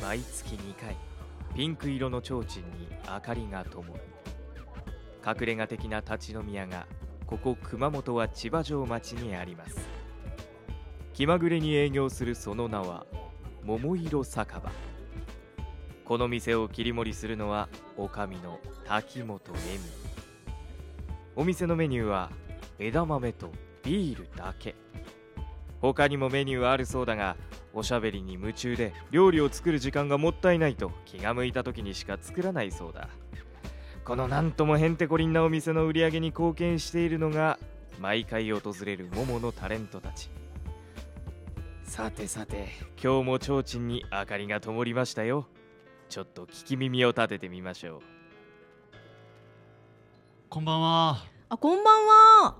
毎月2回ピンク色の提灯に明かりが灯る隠れ家的な立ち飲み屋がここ熊本は千葉城町にあります気まぐれに営業するその名は桃色酒場この店を切り盛りするのは女将の滝本恵美お店のメニューは枝豆とビールだけ他にもメニューはあるそうだがおしゃべりに夢中で料理を作る時間がもったいないと気が向いた時にしか作らないそうだこのなんともへんてこりんなお店の売り上げに貢献しているのが毎回訪れるモモのタレントたちさてさて今日も提灯に明かりが灯りましたよちょっと聞き耳を立ててみましょうこんばんは。あこんばんは。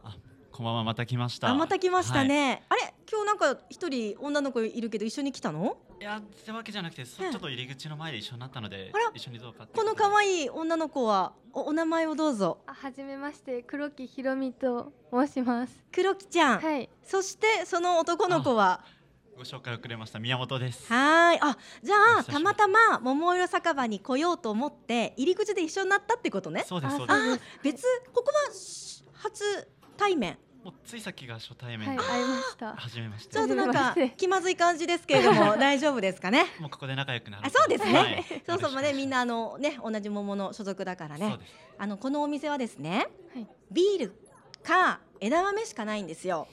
こんばんは。また来ました。あまた来ましたはい。ね。あれ今日なんか一人女の子いるけど一緒に来たの？いやってわけじゃなくて、そええちょっと入り口の前で一緒になったのであら、一緒にどうかっていうこのとで可愛い女の子はおお名前をどうぞ。あはじめまして黒木ひろみと申します黒木ちゃん。はいそしてその男の子はご紹介をくれました宮本です。はーいあじゃお久あしぶりたまたま桃色酒場に来ようと思って入り口で一緒になったってことねそうですそうでああ別ここはし初対面す。もうつい先が初対す面はいで、会いました初めましてちょ。っとなんか初めまして気まずい感じですけれ ども大丈夫ですかねもうここで仲良くなる。あそうですねはい そうそうまあねみん。なよあのね同じ桃の所属だからろしくお願いしますそうねです。あのこのお店はですね、はいビールか枝豆しかないんですよ。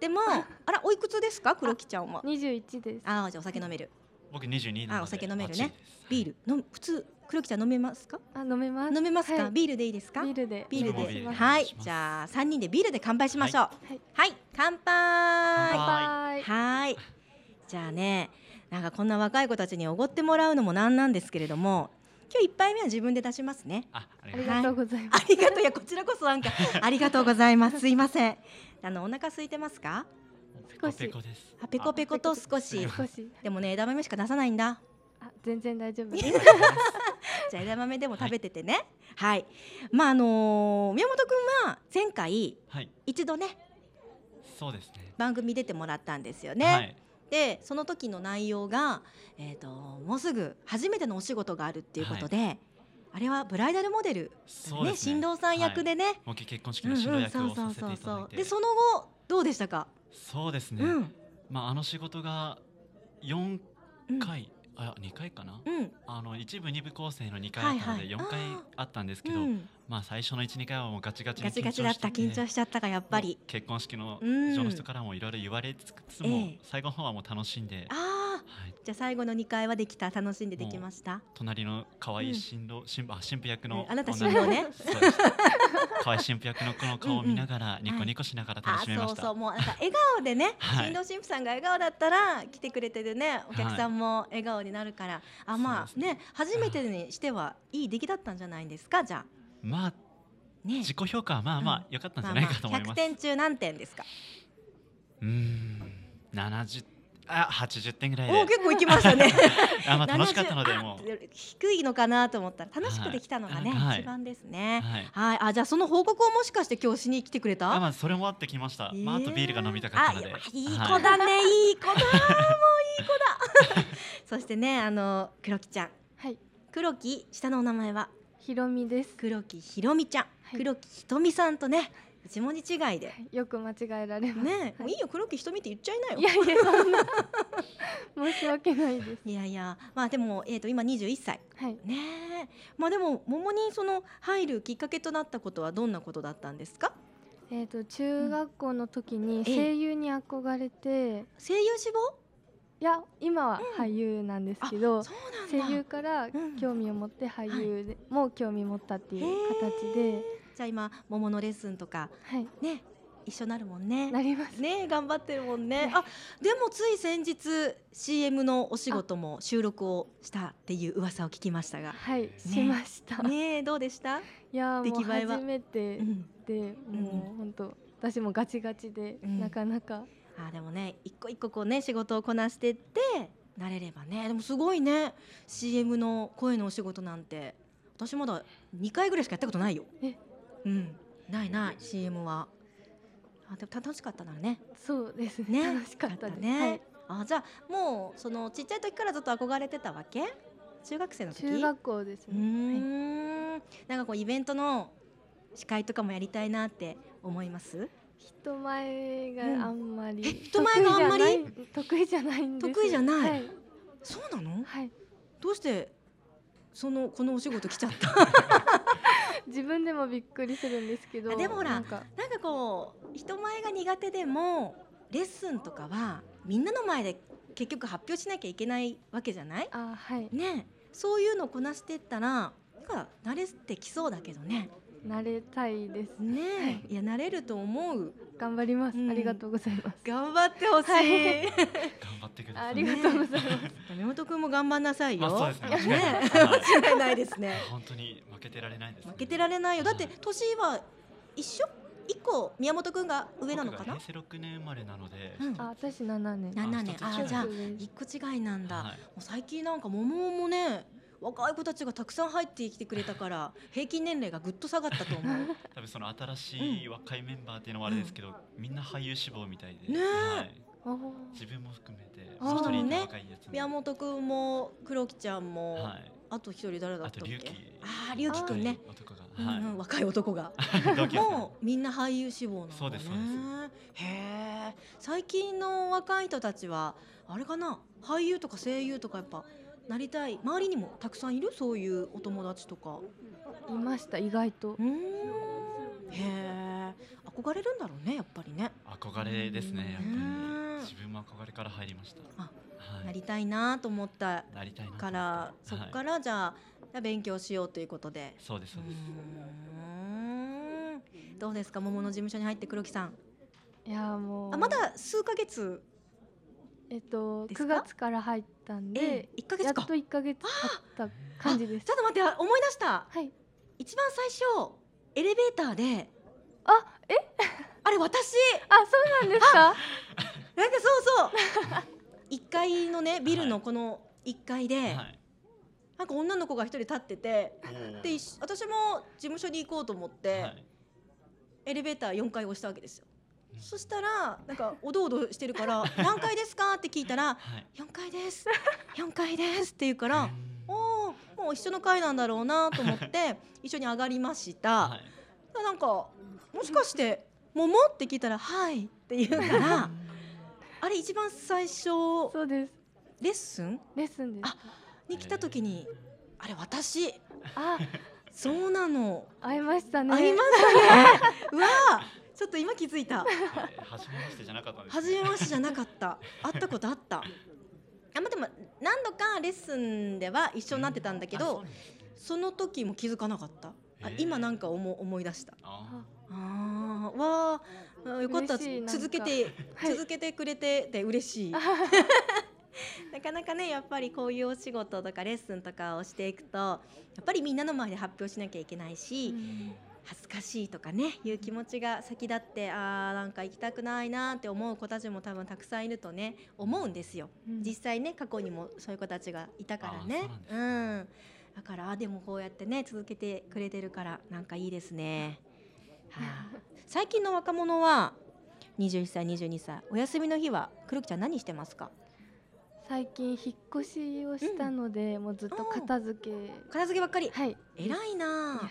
でも、あらおいくつですか、黒木ちゃんは。 21ですああ、じゃあお酒飲める。僕二十二なので。あお酒飲める暑いねです。ビール、の普通黒木ちゃん飲めますか？あ飲めます飲めますか？はいビールでいいですか？ビールでビールでお願いしますビールはお願いいし、ますじゃあ三人でビールで乾杯しましょう。はいいはい、乾杯。乾はいはい。じゃあね、なんかこんな若い子たちにおごってもらうのもなんなんですけれども、今日一杯目は自分で出しますね。あ、ありがとう。ありがとうございますありがとういやこちらこ そなんかありがとうございます。すいません。あのお腹空いてますか？ペコペコです。あペコペコと少し。少しでもね枝豆しか出さないんだ。あ全然大丈夫です じゃあ枝豆でも食べててね。はい。まああのー宮本くんは前回あはい。一度ねそうですね。番組出てもらったんですよね。はい。でその時の内容がえっ、ともうすぐ初めてのお仕事があるっていうことで、あれはブライダルモデルそうねですね。新郎さん役でね。もう結婚式うんうのん新郎役そうをそさうせていそうただいそう。て。でその後どうでしたか？そうですね。うん。まああの仕事が四うん回、あ二回かな。うん。あの一部二部構成の二回あったのはいはでい四回あったんですけど、うん、まあ最初の一二回はもうガチガチにガ緊チ張ガしてチだった緊張てしちゃったかやっぱもりう結婚式のうん上の人からもいろいろ言われつつえも、え最後の方はもう楽しんで、ああはい、じゃあ最後の2回はできた楽しんでできました隣の可愛い新郎、新あ新婦役のうんあなた女の子新郎ねそうです可愛い新婦役の子の顔を見ながらニコニコしながら楽あしめーましそうた。そうもうなんか笑顔でね、 はい新郎新婦さんが笑顔だったら来てくれてるねお客さんも笑顔になるから、あまそうあですねね初めてにしてはいい出来だったんじゃないですかじゃあまあね自己評価はまあまあ良かったんじゃないかと思います。 100点中何点ですかうーん、七十あ八十点ぐらいおおで、結構いきましたねあ まあ楽しかったので70もう、あ低いのかなと思ったら楽しくできたのがね、はい一番ですねはい。はい、あ、じゃあその報告をもしかして今日しに来てくれた。あまあそれもあってきました。まああとビールが飲みたかったのであ、いやいい子はいだね、いい子だ、もういい子だ。そして ね、あの黒木ちゃん、はい黒木下のお名前はひろみです黒木ひろみちゃん、い黒木ひとみさんとね、一文字違いで。よく間違えられますね、もういいよ黒木ひとみって言っちゃいなよ。いやいやそんな申し訳ないですいやいや、まあでもえっ、と今21歳。はいねえ、まあでも桃にその入るきっかけとなったことはどんなことだったんですか？えっ、と中学校の時んにええ声優に憧れて、声優志望？いや今は俳優なんですけど、そう声なんだ。優から興味を持って俳優でも興味持ったっていう形へでー、じゃあ今桃のレッスンとかはい、ね一緒なるもんね。なります。ね頑張ってるもんねね。あでもつい先日 CM のお仕事も収録をしたっていう噂を聞きました が。はい、しました。ねえどうでした？いや出ー来もう栄えは初めてうん。で、もう本当私もガチガチで、うんなかなかあでもね一個一個こうね仕事をこなしてってなれればねでもすごいね CM の声のお仕事なんて私まだ2回ぐらいしかやったことないよ。えうんないない CM は。あでも楽しかったならね。そうですねね楽しかったです。ね、はいあじゃあもうそのちっちゃい時からずっと憧れてたわけ中学生の時中学校ですうーね、はいん、なんかこうイベントの司会とかもやりたいなって思います人前があんまり、え人前があんまり得意じゃない得意じゃないん得意ですじゃないはい、そうなのはい、どうしてそのこのお仕事来ちゃった自分でもびっくりするんですけどあでもほらなんか なんかこう人前が苦手でもレッスンとかはみんなの前で結局発表しなきゃいけないわけじゃないあはいねえそういうのをこなしてったらなんか慣れてきそうだけどね慣れたいですねえ、はいい、や慣れると思う頑張ります、うんありがとうございます頑張ってほしい、は頑張ってくださあいりがとうございます、山本君も頑張んなさいよ、まあそうですねね間違い ないえ間違いないですね本当に負けてられないです、ね、負けてられないよだってはい年は一緒一個宮本くんが上なのか僕がな平成六年生まれなので、うん一つ あ私7年あ7年一つあ違あうじゃあです一個違いなんだ、もはい、う最近なんか桃もね若い子たちがたくさん入ってきてくれたから平均年齢がぐっと下がったと思 う多分その新しい若いメンバーっていうのはあれですけど、みんな俳優志望みたいで、ねえはい、おー自分も含めてあー一人いた若いやつも宮本くんも黒木ちゃんも、はい、あと一人誰だっあたとっ龍け騎ああ龍樹くんね、男が、うんはいうん、若い男が 同期ですねもうみんな俳優志望なんだね。そうですそうですへえ。最近の若い人たちはあれかな俳優とか声優とかやっぱなりたい周りにもたくさんいるそういうお友達とか。いました意外とうーん。へえ。憧れるんだろうねやっぱりね。憧れですねやっぱりうん自分も憧れから入りましたあはいなりたいなと思ったなりたいなと思ってからそっかはいらじゃあじゃあ勉強しようということで。そうですそうですうーんどうですか桃の事務所に入って黒木さんいやーもうあまだ数ヶ月えっとです9か月から入ったんで、 1ヶ月やっかと1ヶ月経った感じですちょっと待ってあ思い出したはい一番最初エレベーターであえあれ私あそうなんですかなんかそうそう一階のねビルのこの一階で、はいなんか女の子が一人立ってておーで一緒私も事務所に行こうと思って、はいエレベーター4階押したわけですよ、うんそしたらなんかおどおどしてる から「何階ですか?」って聞いたらはい「4階です4階です」って言うから、うんおーもう一緒の階なんだろうなと思って一緒に上がりました、はいなんかもしかして「桃?」って聞いたら「はい」って言うからあれ一番最初そうですレッスンレッスンですに来た時に「あれ私あそうなの会いましたね会いま したね」うわあちょっと今気づいたえー初めましてじゃなかったんですね初めましてじゃなかった会ったことあったあまあでも何度かレッスンでは一緒になってたんだけうどあそうなんですねその時も気づかなかったあへー今なんか思思い出したああーわーあよかった嬉しいなんか続けて、はい続けてくれてで嬉しい なかなかねやっぱりこういうお仕事とかレッスンとかをしていくとやっぱりみんなの前で発表しなきゃいけないし、うん恥ずかしいとかねいう気持ちが先立ってあーなんか行きたくないなーって思う子たちも多分たくさんいるとね思うんですよ。うん実際ね過去にもそういう子たちがいたからあねーうそうなんんだからあでもこうやってね続けてくれてるからなんかいいですね、はあ、最近の若者は21歳22歳お休みの日は黒木ちゃん何してますか最近引っ越しをしたので、もうずっと片付け片付けばっかりはい偉いないや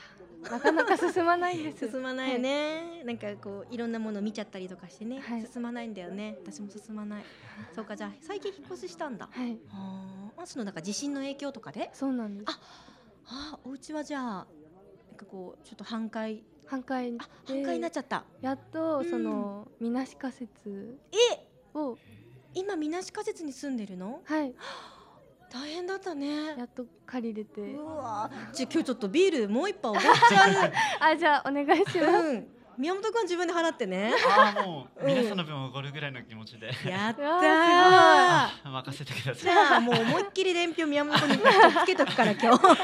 なかなか進まないんで す進まないね、なんかこういろんなもの見ちゃったりとかしてね、はい進まないんだよね私も進まないそうかじゃあ最近引っ越ししたんだはい、はい、あーあそのなんか地震の影響とかでそうなんですああーお家はじゃあなんかこうちょっと半壊半壊であ半壊になっちゃったやっとうんその、みなし仮説えを今みなし仮設に住んでるのはい大変だったねやっと借りれてうわーじゃあ今日ちょっとビールもう一杯おごっちゃあじゃあお願いしますううん宮本君は自分で払って ねーあーもううん皆さんの分おごるぐらいの気持ちでやったーうわあ任せてくだじさいゃあもう思いっきり伝票宮本君につけとくから今日 そっ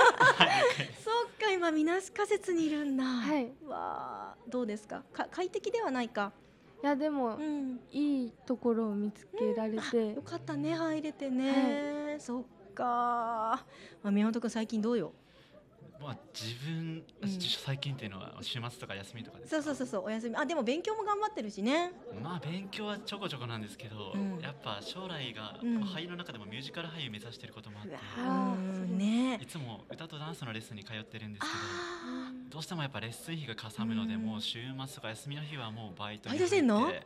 か今みなし仮設にいるんだははいいわーどうですかか快適ではないかいやでも、うんいいところを見つけられてよ、かったね入れてね、そっかー、まあ、宮本君最近どうよまあ自分、うん最近っていうのは週末とか休みとかですそかうそうそうそうお休みあでも勉強も頑張ってるしねまあ勉強はちょこちょこなんですけど、うんやっぱ将来が、うん俳優の中でもミュージカル俳優目指してることもあっうてわあーーすうんごいねいつも歌とダンスのレッスンに通ってるんですけあどどうしてもやっぱレッスン費がかさむので、うんもう週末とか休みの日はもうバイトバにイ入っトしててんの引っーあ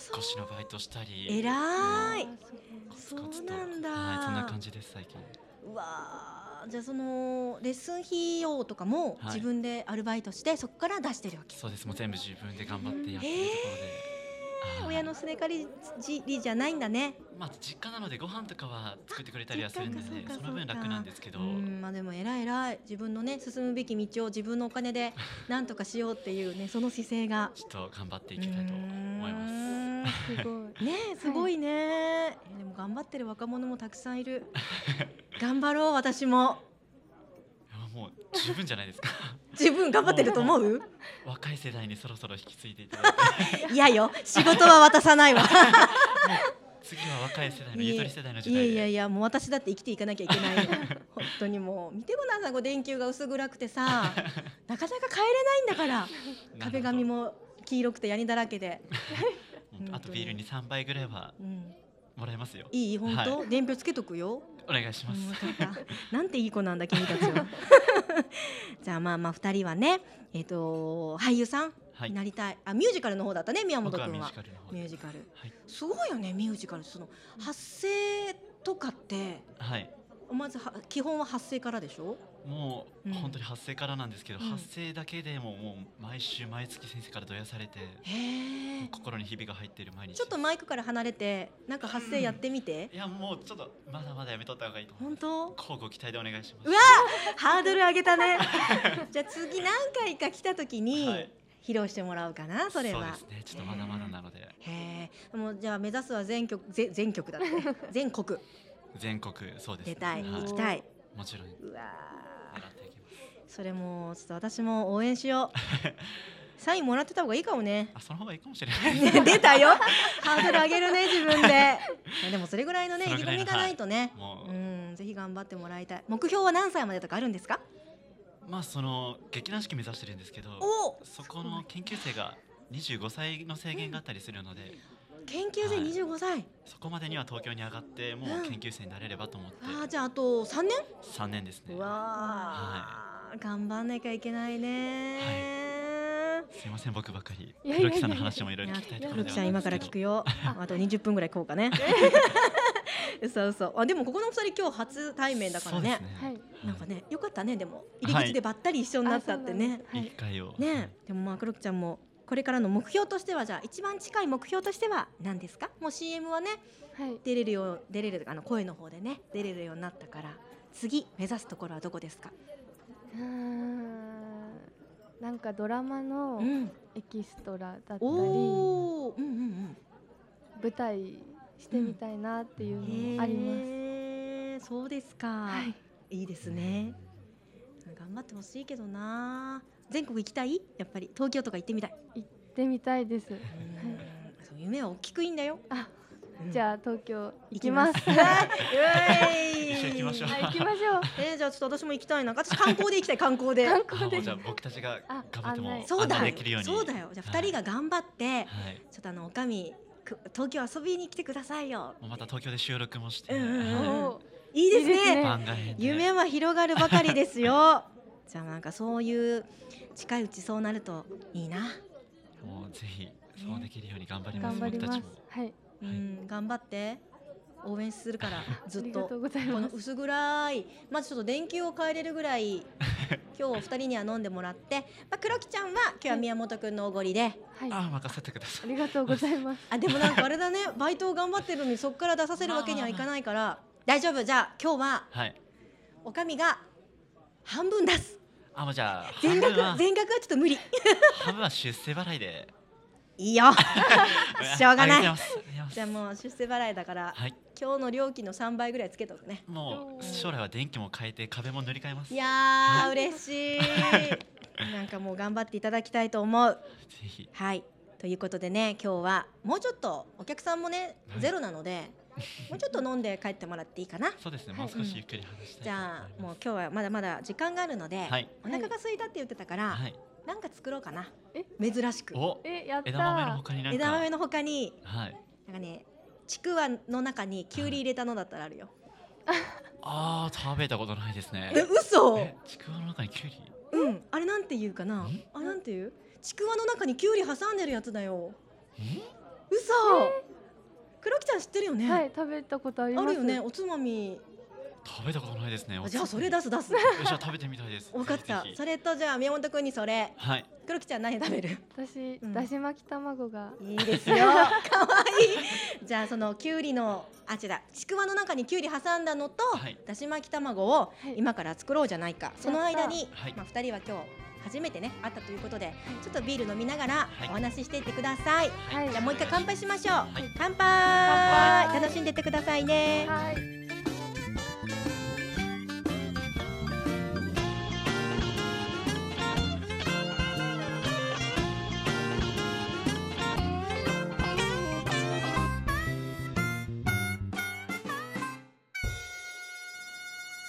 ーそう越しのバイトしたり偉いもあすごうコツそコツうとなんだはいそんな感じです最近うわーじゃあそのレッスン費用とかもはい自分でアルバイトしてそこから出してるわけ、そうですもう全部自分で頑張ってやってるところで、はい親のすね借りりじゃないんだねまあ実家なのでご飯とかは作ってくれたりはするんで、ね実家か、そうかその分そうか楽なんですけど、うんまあでも偉い偉い自分のね進むべき道を自分のお金でなんとかしようっていうねその姿勢がちょっと頑張っていきたいと思います。すいすごいねえすごいね、えでも頑張ってる若者もたくさん いる頑張ろう私もいやもう十分じゃないですか。 自分頑張ってると思う若い世代にそろそろ引き継いでいただいて、嫌よ仕事は渡 さないわ次は若い世代のいえゆとり世代の時いや代いやで。いやもう私だって生きていかなきゃいけない よ本当にもう見てごらんさこう電球が薄暗く てさなかなか帰れないんだから壁紙も。も黄色くてヤニだらけで、うんあとビールに三杯ぐらいはうん、もらえますよ。いい本当、は伝票つけとくよお願いします。うんわかったなんていい子なんだ君たちは じゃあまあまあ二人はねえっ、と俳優さんはいに。なりたい、あミュージカルの方だったね宮本僕君ははミュージカルの方ミュで。はージカルい。すごいよねミュージカルその発声とかってはい。まずは基本は発声からでしょもううん本当に発声からなんですけど、うん発声だけでももう毎週毎月先生からどやされて、へえ心にひびが入っている毎日。ちょっとマイクから離れてなんか発声やってみてい、やもうちょっとまだまだやめとった方がいいと思い本ます。当乞うご期待でお願いします。うわハードル上げ たねじゃあ次何回か来た時にはい披露してもらおうかなそれは、そうですね。ちょっとまだまだなので、へえ、もうじゃあ目指すは全局全全 局だって全国全国そうです、ね。出たい、は行きたい。もちろん狙うわーっていきます。それもちょっと私も応援しよう。サインもらってた方がいいか もね。あ、その方がいいかもしれないです。ね出たよ。ハードル上げるね自分で。いやでもそれぐらいのねその意気ぐらい込のみがないとね。もう、うん、ぜひ頑張ってもらいたい。目標は何歳までとかあるんですか？まあその劇団四季目指してるんですけど、おお、そこの研究生が25歳の制限があったりするので、研究生はい25歳。そこまでには東京に上がってもうんう研究生になれればと思ってああじゃああと3年？ 3年ですねう。わあ、頑張んなきゃいけないね。すいません僕ばかり。いやいや黒いや木さんの話もいろいろや聞きたいとこ黒ろ木でちゃはあんるん今ですからけ聞ど。くよ。あと20分ぐらいこうかね。そうそう。あでもここのお二人今日初対面だからね。そうですはいね。なんかねよかったねでもはい入り口でばったり一緒になったってね。はいいい会を。ねでもまあ黒木ちゃんもこれからの目標としてはじゃあ一番近い目標としては何ですか？もう CM はねはい出れるよう出れるとかあの声の方でね出れるようになったから次目指すところはどこですか？うーんなんかドラマのうん。エキストラだったり舞おお。うんうんうん。台してみたいなっていうのもありますへえそうですか。はいいいですね。頑張ってほしいけどな。全国行きたい？やっぱり東京とか行ってみたい。行ってみたいですうんそう夢は大きくいいんだよ。あうんじゃあ東京行きますうえい一緒に行きましょうはい行きましょうえーじゃあちょっと私も行きたいな。私観光で行きたい観光で。観あ光もでうじゃあ僕たちが頑張ってあ案も内そうだ案よ内できるよう。に。そうだよ。じゃあ二人が頑張って、はい。ちょっとあのおかみく東京遊びに来てくださいよ。もうまた東京で収録もして、うんうんうんはいおいいですいいですねね。番外編で夢は広がるばかりですよ。じゃあなんかそういう近いうちそうなるといいな。もうぜひそうできるように頑張ります頑張り僕またすちもはいうん、頑張って応援するからず あっりがととうござ いこのます薄暗いまずちょっと電球を変えれるぐらい今日お二人には飲んでもらって、まあ、黒木ちゃんは今日は宮本くんのおごりではいあああ任せてくださいりがとうございますあでもなんかあれだねバイトを頑張ってるのにそこから出させるわけにはいかないから大丈夫じゃあ今日ははいおかみが半分出すあもうじゃあ全半額分は全額はちょっと無理半分は出世払いでいいよありがとうござしょうがないいますじゃあもう出世払いだからはい今日の料金の3倍ぐらいつけとくねもう将来は電気も変えて壁も塗り替えますいぜやー嬉しいなんかもう頑張っていただきたいと思うひはいということでね今日はもうちょっとお客さんもね、はい ゼロなのでもうちょっと飲んで帰ってもらっていいかな。そうですね、はいもう少しゆっくり話したいじと思いゃまあもうす今日はまだまだ時間があるので、はいお腹が空いたって言ってたから、はいなんか作ろうかなえ。珍しく。おえやった枝豆の他になんか枝豆の他にはいなんかねちくわの中にきゅうり入れたのだったらあるよ。あー食べたことないですねえ嘘。えちくわの中にきゅうり。うんあれなんて言うかなんあなんて言う？ちくわの中にきゅうり挟んでるやつだよ。ん嘘。黒木ちゃん知ってるよね。はい食べたことありまあするよねおつまみ。食べたことないですねあじゃあそれ出す出す。よしじゃあ食べてみたいです分かったぜひぜひそれとじゃあ宮本くんにそれはい黒木ちゃん何食べる私、うんだし巻き卵がいいですよ かわいいじゃあそのきゅうりのあ違うちくわの中にきゅうり挟んだのと、はいだし巻き卵をい今から作ろうじゃないか、その間に、はいまあ、2人は今日初めてね会ったということで、ちょっとビール飲みながらはいお話ししていってください、はいじゃあもう一回乾杯しましょう、い乾杯乾杯楽しんでってくださいねはい